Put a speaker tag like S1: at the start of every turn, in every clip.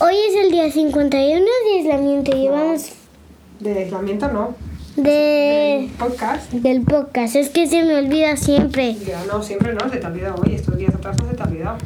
S1: Hoy es el día 51 de aislamiento. Llevamos
S2: De aislamiento no.
S1: de,
S2: Podcast.
S1: del podcast. Es que se me olvida siempre.
S2: Ya no, siempre no, se te olvida hoy. Estos días atrás no se te ha olvidado.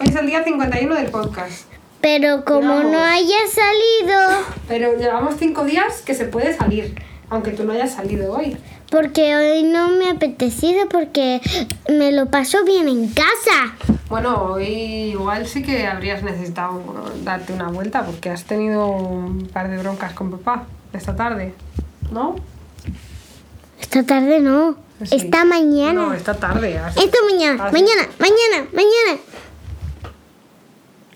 S2: Hoy es el día 51 del podcast.
S1: Pero como no
S2: Vamos.
S1: haya salido,
S2: Pero llevamos 5 días que se puede salir. Aunque tú no hayas salido hoy.
S1: porque hoy no me ha apetecido, porque me lo paso bien en casa.
S2: Bueno, hoy igual sí que habrías necesitado darte una vuelta porque has tenido un par de broncas con papá esta tarde. ¿No?
S1: Esta tarde no.
S2: Sí.
S1: Esta mañana.
S2: No, esta tarde. Así,
S1: Esta mañana,
S2: Ah, sí.
S1: mañana, mañana, mañana,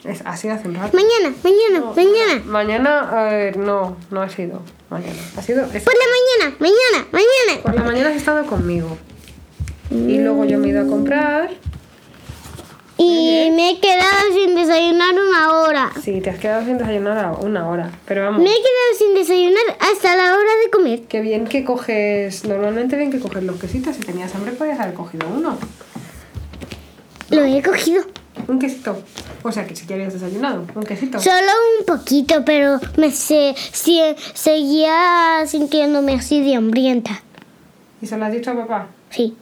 S2: es, ha sido hace un rato.
S1: mañana, mañana, mañana.
S2: Mañana, a ver, no, no ha sido. Mañana. Ha sido. es-
S1: Por la mañana, mañana, mañana.
S2: Por la mañana has estado conmigo. Y luego yo me he ido a comprar.
S1: Y me he quedado sin desayunar una hora.
S2: Sí, te has quedado sin desayunar a una hora. Pero vamos,
S1: Me he quedado sin desayunar hasta la hora de comer.
S2: qué bien que coges. Normalmente bien que coges los quesitos. Si tenías hambre, podías haber cogido uno.
S1: Lo he cogido.
S2: Un quesito. O sea, que si habías desayunado, un quesito.
S1: Solo un poquito, pero me se, se- seguía sintiéndome así de hambrienta.
S2: Y se lo has dicho a papá.
S1: Sí.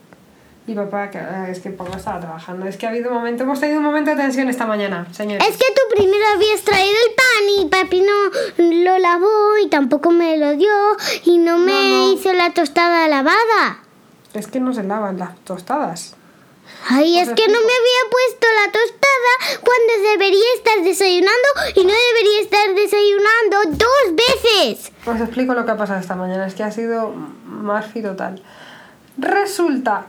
S2: Y papá, que, ah, es que papá estaba trabajando. Es que ha habido un momento, hemos tenido un momento de tensión esta mañana, señor.
S1: Es que tú primero habías traído el pan y papi no lo lavó y tampoco me lo dio y no me
S2: No, no.
S1: hizo la tostada lavada.
S2: Es que no se lavan las tostadas.
S1: Ay, es
S2: Pues
S1: que no
S2: explico.
S1: me había puesto la tostada cuando debería estar desayunando y no debería estar desayunando dos veces.
S2: Os explico lo que ha pasado esta mañana, es que ha sido Murphy total. Resulta,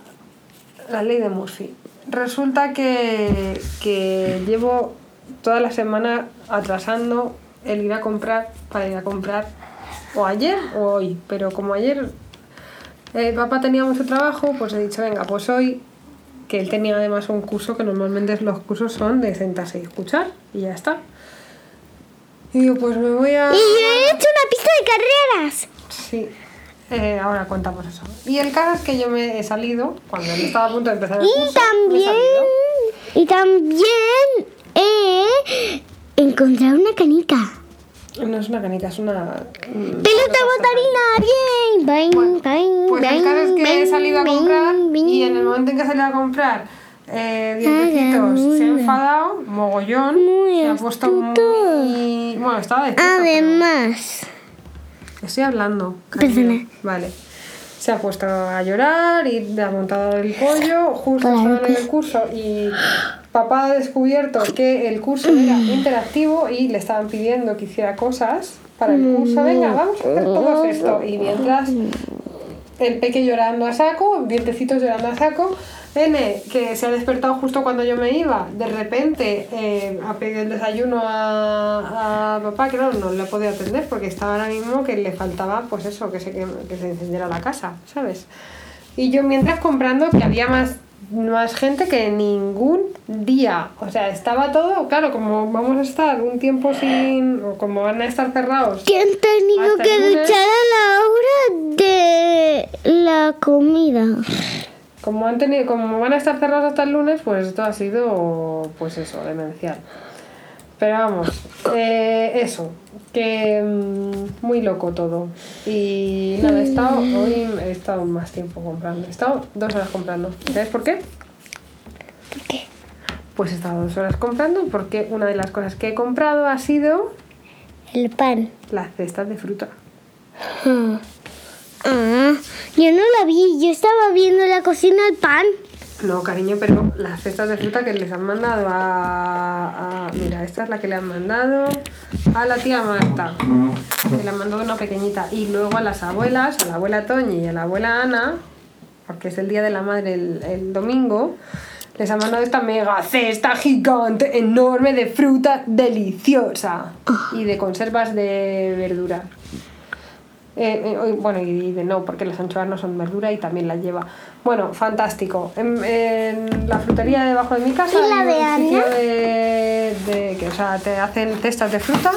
S2: la ley de Murphy, resulta que, que llevo toda la semana atrasando el ir a comprar para ir a comprar o ayer o hoy, pero como ayer eh, papá tenía mucho trabajo, pues he dicho, venga, pues hoy, que él tenía además un curso que normalmente los cursos son de sentarse y escuchar y ya está. Y digo, pues me voy a...
S1: Y yo he hecho una pista de carreras.
S2: Sí. Eh, ahora contamos eso. Y el caso es que yo me he salido, cuando él estaba a punto de empezar el
S1: Y
S2: curso, me he
S1: también,
S2: salido.
S1: y también he encontrado una canica.
S2: No es una canica, es una... mm,
S1: Pelota
S2: bastante-
S1: botarina, bien, bien,
S2: Bueno,
S1: bien,
S2: Pues el caso es que he
S1: bien,
S2: salido a
S1: bien,
S2: comprar
S1: bien.
S2: y en el momento en que he salido a comprar eh,
S1: Ah,
S2: dientecitos se ha
S1: bueno.
S2: enfadado, mogollón,
S1: Muy
S2: se ha puesto
S1: astuto.
S2: muy... Bueno, estaba despierto, pero-
S1: Además,
S2: Estoy hablando. cariño.
S1: Perdona.
S2: Vale. Se ha puesto a llorar y le ha montado el pollo justo
S1: Hola,
S2: estaban en el curso y papá ha descubierto que el curso era interactivo y le estaban pidiendo que hiciera cosas para el curso. Venga, vamos a hacer todo esto. Y mientras el peque llorando a saco, dientecitos llorando a saco. N, que se ha despertado justo cuando yo me iba. De repente eh, ha pedido el desayuno a, a papá, que no, no le podía atender porque estaba ahora mismo que le faltaba, pues eso, que se, que, que se encendiera la casa, ¿sabes? Y yo mientras comprando, que había más, más gente que ningún día. O sea, estaba todo, claro, como vamos a estar un tiempo sin, o como van a estar cerrados
S1: que han tenido
S2: Hasta
S1: que
S2: el lunes.
S1: duchar a la hora de la comida.
S2: Como han tenido, como van a estar cerrados hasta el lunes, pues esto ha sido, pues eso, demencial. Pero vamos, eh, eso, que mm, muy loco todo. Y nada, he estado, hoy he estado más tiempo comprando. He estado dos horas comprando. ¿Sabes por qué?
S1: ¿Por qué?
S2: Pues he estado dos horas comprando porque una de las cosas que he comprado ha sido
S1: El pan.
S2: las cestas de fruta.
S1: Ah. Ah, yo no la vi, yo estaba viendo la cocina el pan.
S2: No, cariño, pero las cestas de fruta que les han mandado a, a- Mira, esta es la que le han mandado a la tía Marta. Se le han mandado una pequeñita. Y luego a las abuelas, a la abuela Toñi y a la abuela Ana, porque es el Día de la Madre el, el domingo, les han mandado esta mega cesta gigante, enorme de fruta deliciosa. Y de conservas de verdura. Eh, eh, hoy- bueno, y de no, porque las anchoas no son verdura y también las lleva. Bueno, fantástico. En, en la frutería debajo de mi casa
S1: ¿Y la
S2: hay
S1: de
S2: un sitio
S1: Ana?
S2: de- de que, o sea, te hacen cestas de fruta.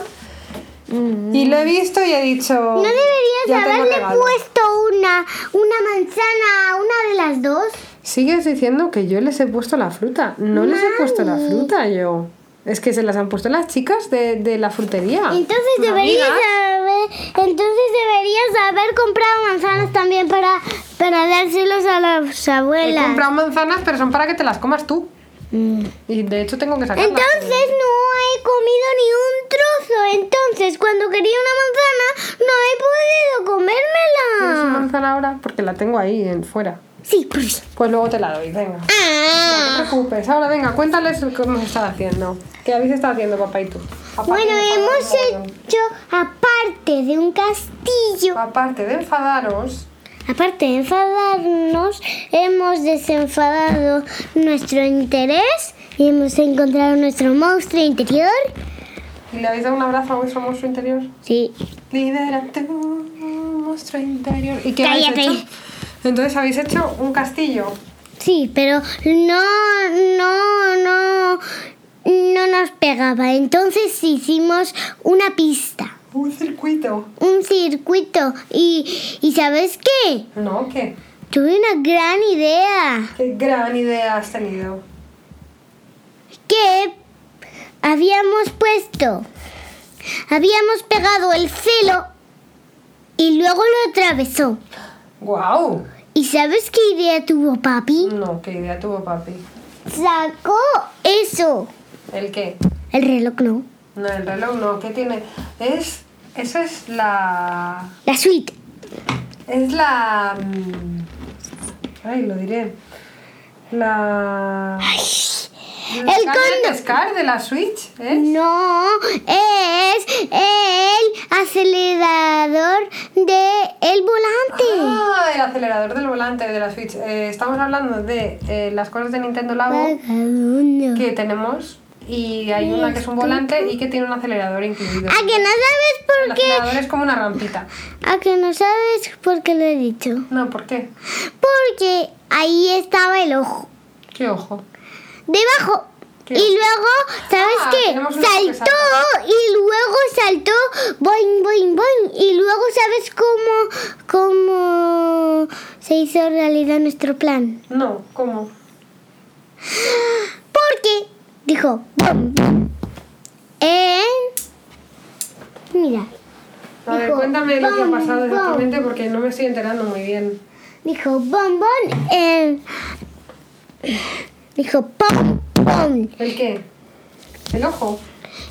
S2: Y lo he visto y he dicho...
S1: Mm. No deberías pues-.
S2: "Ya tengo
S1: haberle
S2: regalo".
S1: puesto una, una manzana a una de las dos.
S2: Sigues diciendo que yo les he puesto la fruta. No les he puesto la
S1: Mami.
S2: fruta yo. Es que se las han puesto las chicas de, de la frutería.
S1: Entonces
S2: Tus
S1: deberías
S2: Ah, pues amigas.
S1: haber, entonces deberías haber comprado manzanas también para, para dárselos a las
S2: He
S1: abuelas.
S2: comprado manzanas, pero son para que te las comas tú.
S1: Mm.
S2: Y de hecho tengo que sacarlas.
S1: Entonces no he comido ni un trozo. Entonces cuando quería una manzana no he podido
S2: ¿Quieres una
S1: comérmela.
S2: manzana ahora? Porque la tengo ahí en fuera.
S1: Sí, pues. Ah.
S2: Pues luego te la doy, venga. No te preocupes. Ahora venga, cuéntales lo que hemos estado haciendo. ¿Qué habéis estado haciendo, papá y tú? Aparte
S1: Bueno,
S2: de
S1: hemos
S2: enfadaros,
S1: hecho, aparte de un castillo,
S2: Aparte de enfadaros,
S1: aparte de enfadarnos, hemos desenfadado nuestro interés y hemos encontrado nuestro monstruo interior.
S2: ¿y le habéis dado un abrazo a vuestro monstruo interior?
S1: Sí.
S2: Lidera tu monstruo interior. ¿Y qué
S1: Cállate.
S2: habéis hecho? Entonces habéis hecho un castillo.
S1: Sí, pero no, no, no, no nos pegaba. Entonces hicimos una pista,
S2: Un circuito.
S1: un circuito. Y, y ¿sabes qué?
S2: No, ¿qué?
S1: Tuve una gran idea.
S2: Qué gran idea has tenido.
S1: Que habíamos puesto, habíamos pegado el celo y luego lo atravesó.
S2: ¡Guau!
S1: ¿Y sabes qué idea tuvo papi?
S2: No, qué idea tuvo papi.
S1: Sacó eso.
S2: ¿El qué?
S1: El reloj no.
S2: No, el reloj no, ¿qué tiene? Es. Esa es la.
S1: La suite.
S2: Es la. mm, Ay, lo diré. La. El
S1: condo-
S2: Scar de la Switch, ¿eh?
S1: No, es el acelerador de el volante.
S2: Ah, el acelerador del volante de la Switch. Eh, estamos hablando de eh, las cosas de Nintendo Labo
S1: Vagabundo.
S2: que tenemos. Y hay una que es un volante y que tiene un acelerador incluido.
S1: A que no sabes
S2: El
S1: por qué,
S2: acelerador es como una rampita.
S1: a que no sabes por qué lo he dicho.
S2: No, ¿por qué?
S1: Porque ahí estaba el ojo
S2: ¿Qué ojo?
S1: debajo.
S2: ¿Qué?
S1: Y luego, ¿sabes
S2: Ah,
S1: qué?
S2: tenemos un ojo que
S1: Saltó
S2: salta.
S1: y luego saltó boing boing boing y luego sabes cómo cómo se hizo realidad nuestro plan.
S2: No, ¿cómo?
S1: Porque dijo. "Bum, bum". Eh, mira,
S2: A ver,
S1: Hijo,
S2: cuéntame lo que ha
S1: bom,
S2: pasado
S1: bom.
S2: exactamente porque no me estoy enterando muy bien.
S1: dijo bombón. Eh, dijo pom pom.
S2: ¿El qué? ¿El ojo?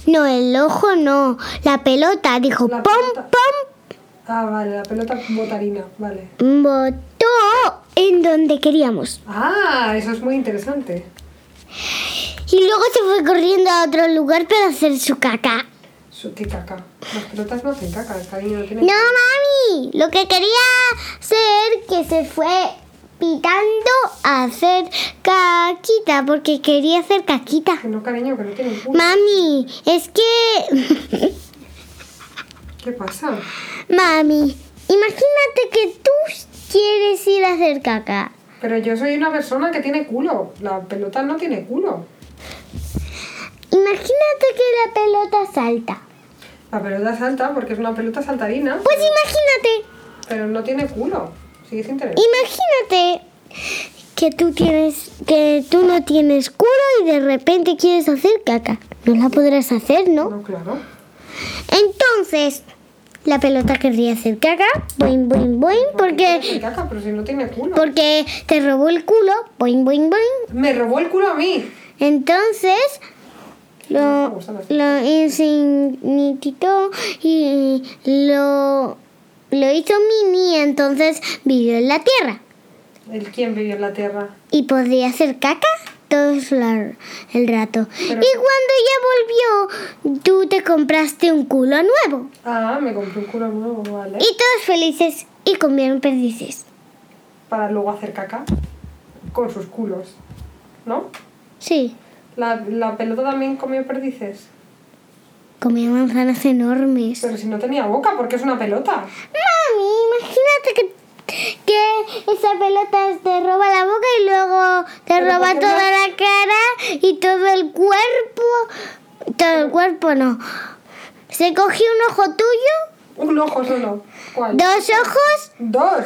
S1: No, el ojo no. La pelota dijo
S2: La
S1: pom
S2: pelota.
S1: pom.
S2: Ah, vale, la pelota botarina, vale.
S1: Botó en donde queríamos.
S2: Ah, eso es muy interesante.
S1: Y luego se fue corriendo a otro lugar para hacer su caca.
S2: Su qué caca. Las pelotas no hacen caca, cariño, no tienen...
S1: No, mami. Lo que quería hacer que se fue pitando a hacer caquita porque quería hacer caquita.
S2: Que no, cariño, que no tienen culo.
S1: Mami, es que...
S2: ¿Qué pasa?
S1: mami, imagínate que tú quieres ir a hacer caca.
S2: Pero yo soy una persona que tiene culo. La pelota no tiene culo.
S1: Imagínate que la pelota salta.
S2: La pelota salta porque es una pelota saltarina,
S1: Pues imagínate,
S2: pero no tiene culo. Sí, es interesante.
S1: imagínate que tú tienes que tú no tienes culo y de repente quieres hacer caca. No la podrás hacer, ¿no?
S2: No, claro.
S1: Entonces, la pelota querría hacer caca, boing, boing, boing,
S2: Tiene
S1: porque,
S2: que hacer caca, pero si no tiene culo.
S1: porque te robó el culo, boing, boing, boing.
S2: Me robó el culo a mí.
S1: Entonces, lo, lo insignificó y lo, lo hizo mini, entonces vivió en la tierra
S2: ¿El quién vivió en la tierra?
S1: y podía hacer caca todo el rato.
S2: Pero-
S1: y cuando ya volvió, tú te compraste un culo nuevo.
S2: Ah, me compré un culo nuevo, vale.
S1: Y todos felices y comieron perdices.
S2: Para luego hacer caca con sus culos. ¿No?
S1: Sí,
S2: La, la pelota también comió perdices.
S1: comían manzanas enormes.
S2: Pero si no tenía boca, porque es una pelota.
S1: Mami, imagínate que, que esa pelota te roba la boca y luego te
S2: Pero
S1: roba
S2: ¿por qué
S1: toda la cara y todo el cuerpo. Todo el cuerpo no. Se cogió un ojo tuyo,
S2: Un ojo solo. ¿Cuál?
S1: dos ojos
S2: Dos.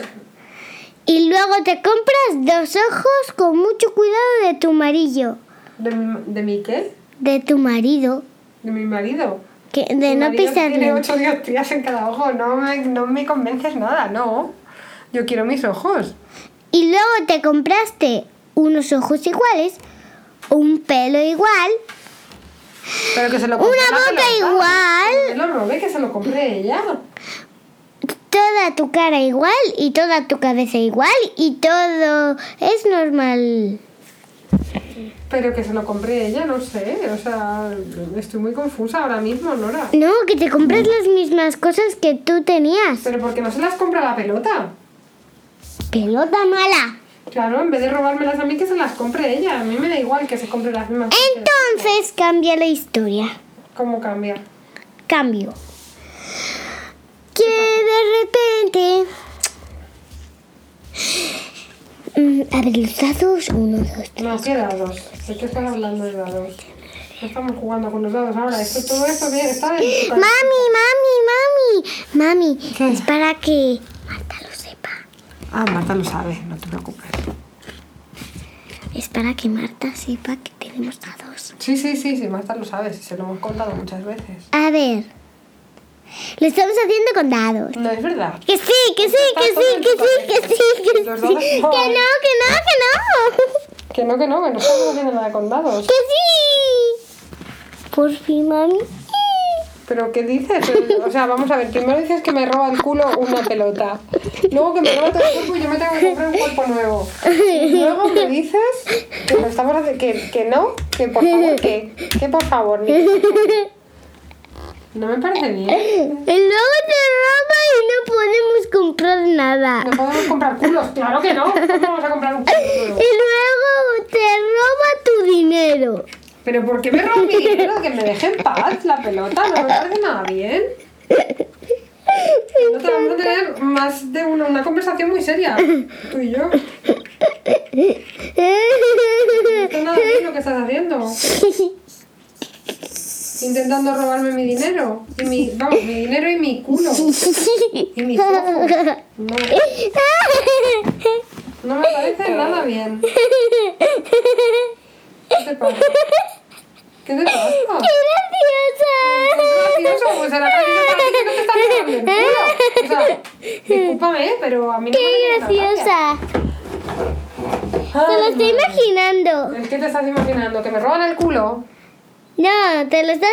S1: y luego te compras dos ojos con mucho cuidado de tu amarillo.
S2: ¿De mi, de mi qué?
S1: de tu marido,
S2: de mi marido.
S1: que de
S2: Mi
S1: no
S2: marido Tiene
S1: pisarle.
S2: ocho dioptrías en cada ojo, no me, no me convences nada, no. Yo quiero mis ojos.
S1: Y luego te compraste unos ojos iguales, un pelo igual,
S2: Pero que se lo
S1: Una
S2: compré la
S1: boca
S2: pelota.
S1: igual.
S2: Me lo robé, que se lo compré ella.
S1: toda tu cara igual y toda tu cabeza igual y todo es normal.
S2: Pero que se lo compré ella, no sé. O sea, estoy muy confusa ahora mismo, Nora.
S1: No, que te compras las mismas cosas que tú tenías.
S2: Pero porque no se las compra la pelota.
S1: Pelota mala.
S2: Claro, en vez de robármelas a mí, que se las compre ella. A mí me da igual que se compre las mismas. cosas que-
S1: Entonces cambia la historia.
S2: ¿Cómo cambia?
S1: Cambio. Que de repente... Mm, A ver, los dados. Uno, dos, tres.
S2: No, ¿qué dados? ¿De qué estás hablando de dados? No estamos jugando con los dados ahora. Esto, todo esto viene- está de...
S1: Mami, mami, mami. Mami,
S2: ¿Qué?
S1: es para que Marta lo sepa.
S2: Ah, Marta lo sabe, no te preocupes.
S1: Es para que Marta sepa que tenemos dados.
S2: Sí, sí, sí, sí, Marta lo sabe, sí, se lo hemos contado muchas veces.
S1: A ver. Lo estamos haciendo con dados.
S2: No es verdad.
S1: Que sí, que sí, que sí, que sí, que sí, que sí. Que
S2: Los
S1: no,
S2: dados
S1: que
S2: no.
S1: no, que no.
S2: Que no, que no, que no estamos haciendo nada con dados.
S1: Que sí. Por fin, mami.
S2: ¿Pero qué dices? O sea, vamos a ver, primero dices que me roba el culo una pelota. Luego que me roba todo el cuerpo y yo me tengo que comprar un cuerpo nuevo. Y luego me dices que, no estamos hace- que, que no, que por favor, que, que por favor. ni- No me parece
S1: Y
S2: bien.
S1: luego te roba y no podemos comprar nada.
S2: No podemos comprar culos, claro que no. ¿Cómo vamos a comprar un culo
S1: Y
S2: nuevo?
S1: luego te roba tu dinero.
S2: ¿Pero por qué me roba mi dinero? Que me deje en paz la pelota, no me parece nada bien. No te vamos a tener más de una, una conversación muy seria, tú y yo. No está nada bien lo que estás haciendo. Intentando robarme mi dinero. Y mi, vamos, mi dinero y mi culo. Y mis ojos. No, no me parece nada bien. ¿Qué te pasa? ¿Qué te pasa? Gracioso, pues será gracioso para ti que no te estás robando el culo. O sea, discúlpame, pero a mí no
S1: ¡Qué
S2: me parece nada
S1: graciosa! Te lo
S2: Ay,
S1: estoy imaginando.
S2: ¿El qué te estás imaginando? ¿Que me roban el culo?
S1: No, te lo estás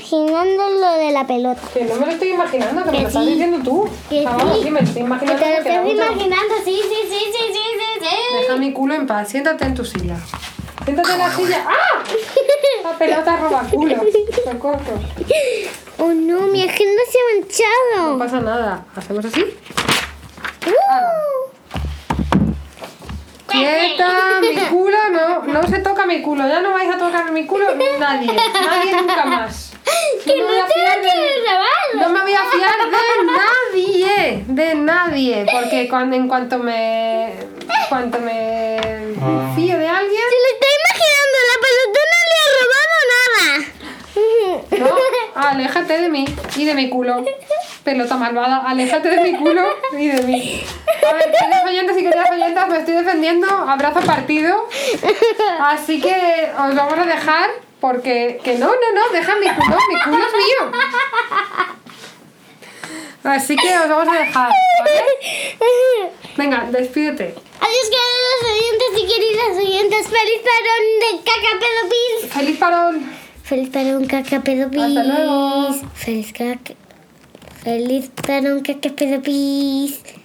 S1: imaginando lo de la pelota.
S2: Que no me lo estoy imaginando, que me
S1: Que
S2: lo estás
S1: sí.
S2: diciendo tú.
S1: Que
S2: Ah, vamos,
S1: sí.
S2: sí, me lo estoy
S1: Te lo
S2: imaginando. me queda
S1: estás
S2: mucho.
S1: imaginando, sí, sí, sí, sí, sí, sí, sí.
S2: Deja mi culo en paz, siéntate en tu silla. Siéntate en la silla. ¡Ah! La pelota roba culo. Socorro.
S1: Oh no, mi agenda se ha
S2: No
S1: manchado.
S2: pasa nada. ¿Hacemos así? Ah.
S1: Uh.
S2: ¡Quieta! Mi culo no, no se toca mi culo. Ya no vais a tocar mi culo nadie. Nadie nunca más.
S1: Que
S2: No me voy
S1: no
S2: a
S1: te
S2: fiar
S1: lo
S2: de-
S1: quiero robar.
S2: No me voy a fiar de nadie, de nadie, porque cuando en cuanto me cuanto me fío de alguien,
S1: Se lo está imaginando, la pelota no le ha robado nada.
S2: no, aléjate de mí y de mi culo. Pelota malvada, aléjate de mi culo y de mí. A ver, queridos oyentes y queridas oyentas, me estoy defendiendo, abrazo partido. Así que os vamos a dejar porque que no, no, no, deja mi culo, mi culo es mío. Así que os vamos a dejar, ¿vale? Venga, despídete.
S1: Adiós, queridos oyentes y queridas oyentes. Feliz parón de caca pedopis.
S2: ¡Feliz parón!
S1: Feliz parón caca pedopis.
S2: Hasta luego.
S1: Feliz caca. Feliz parón caca pedopis.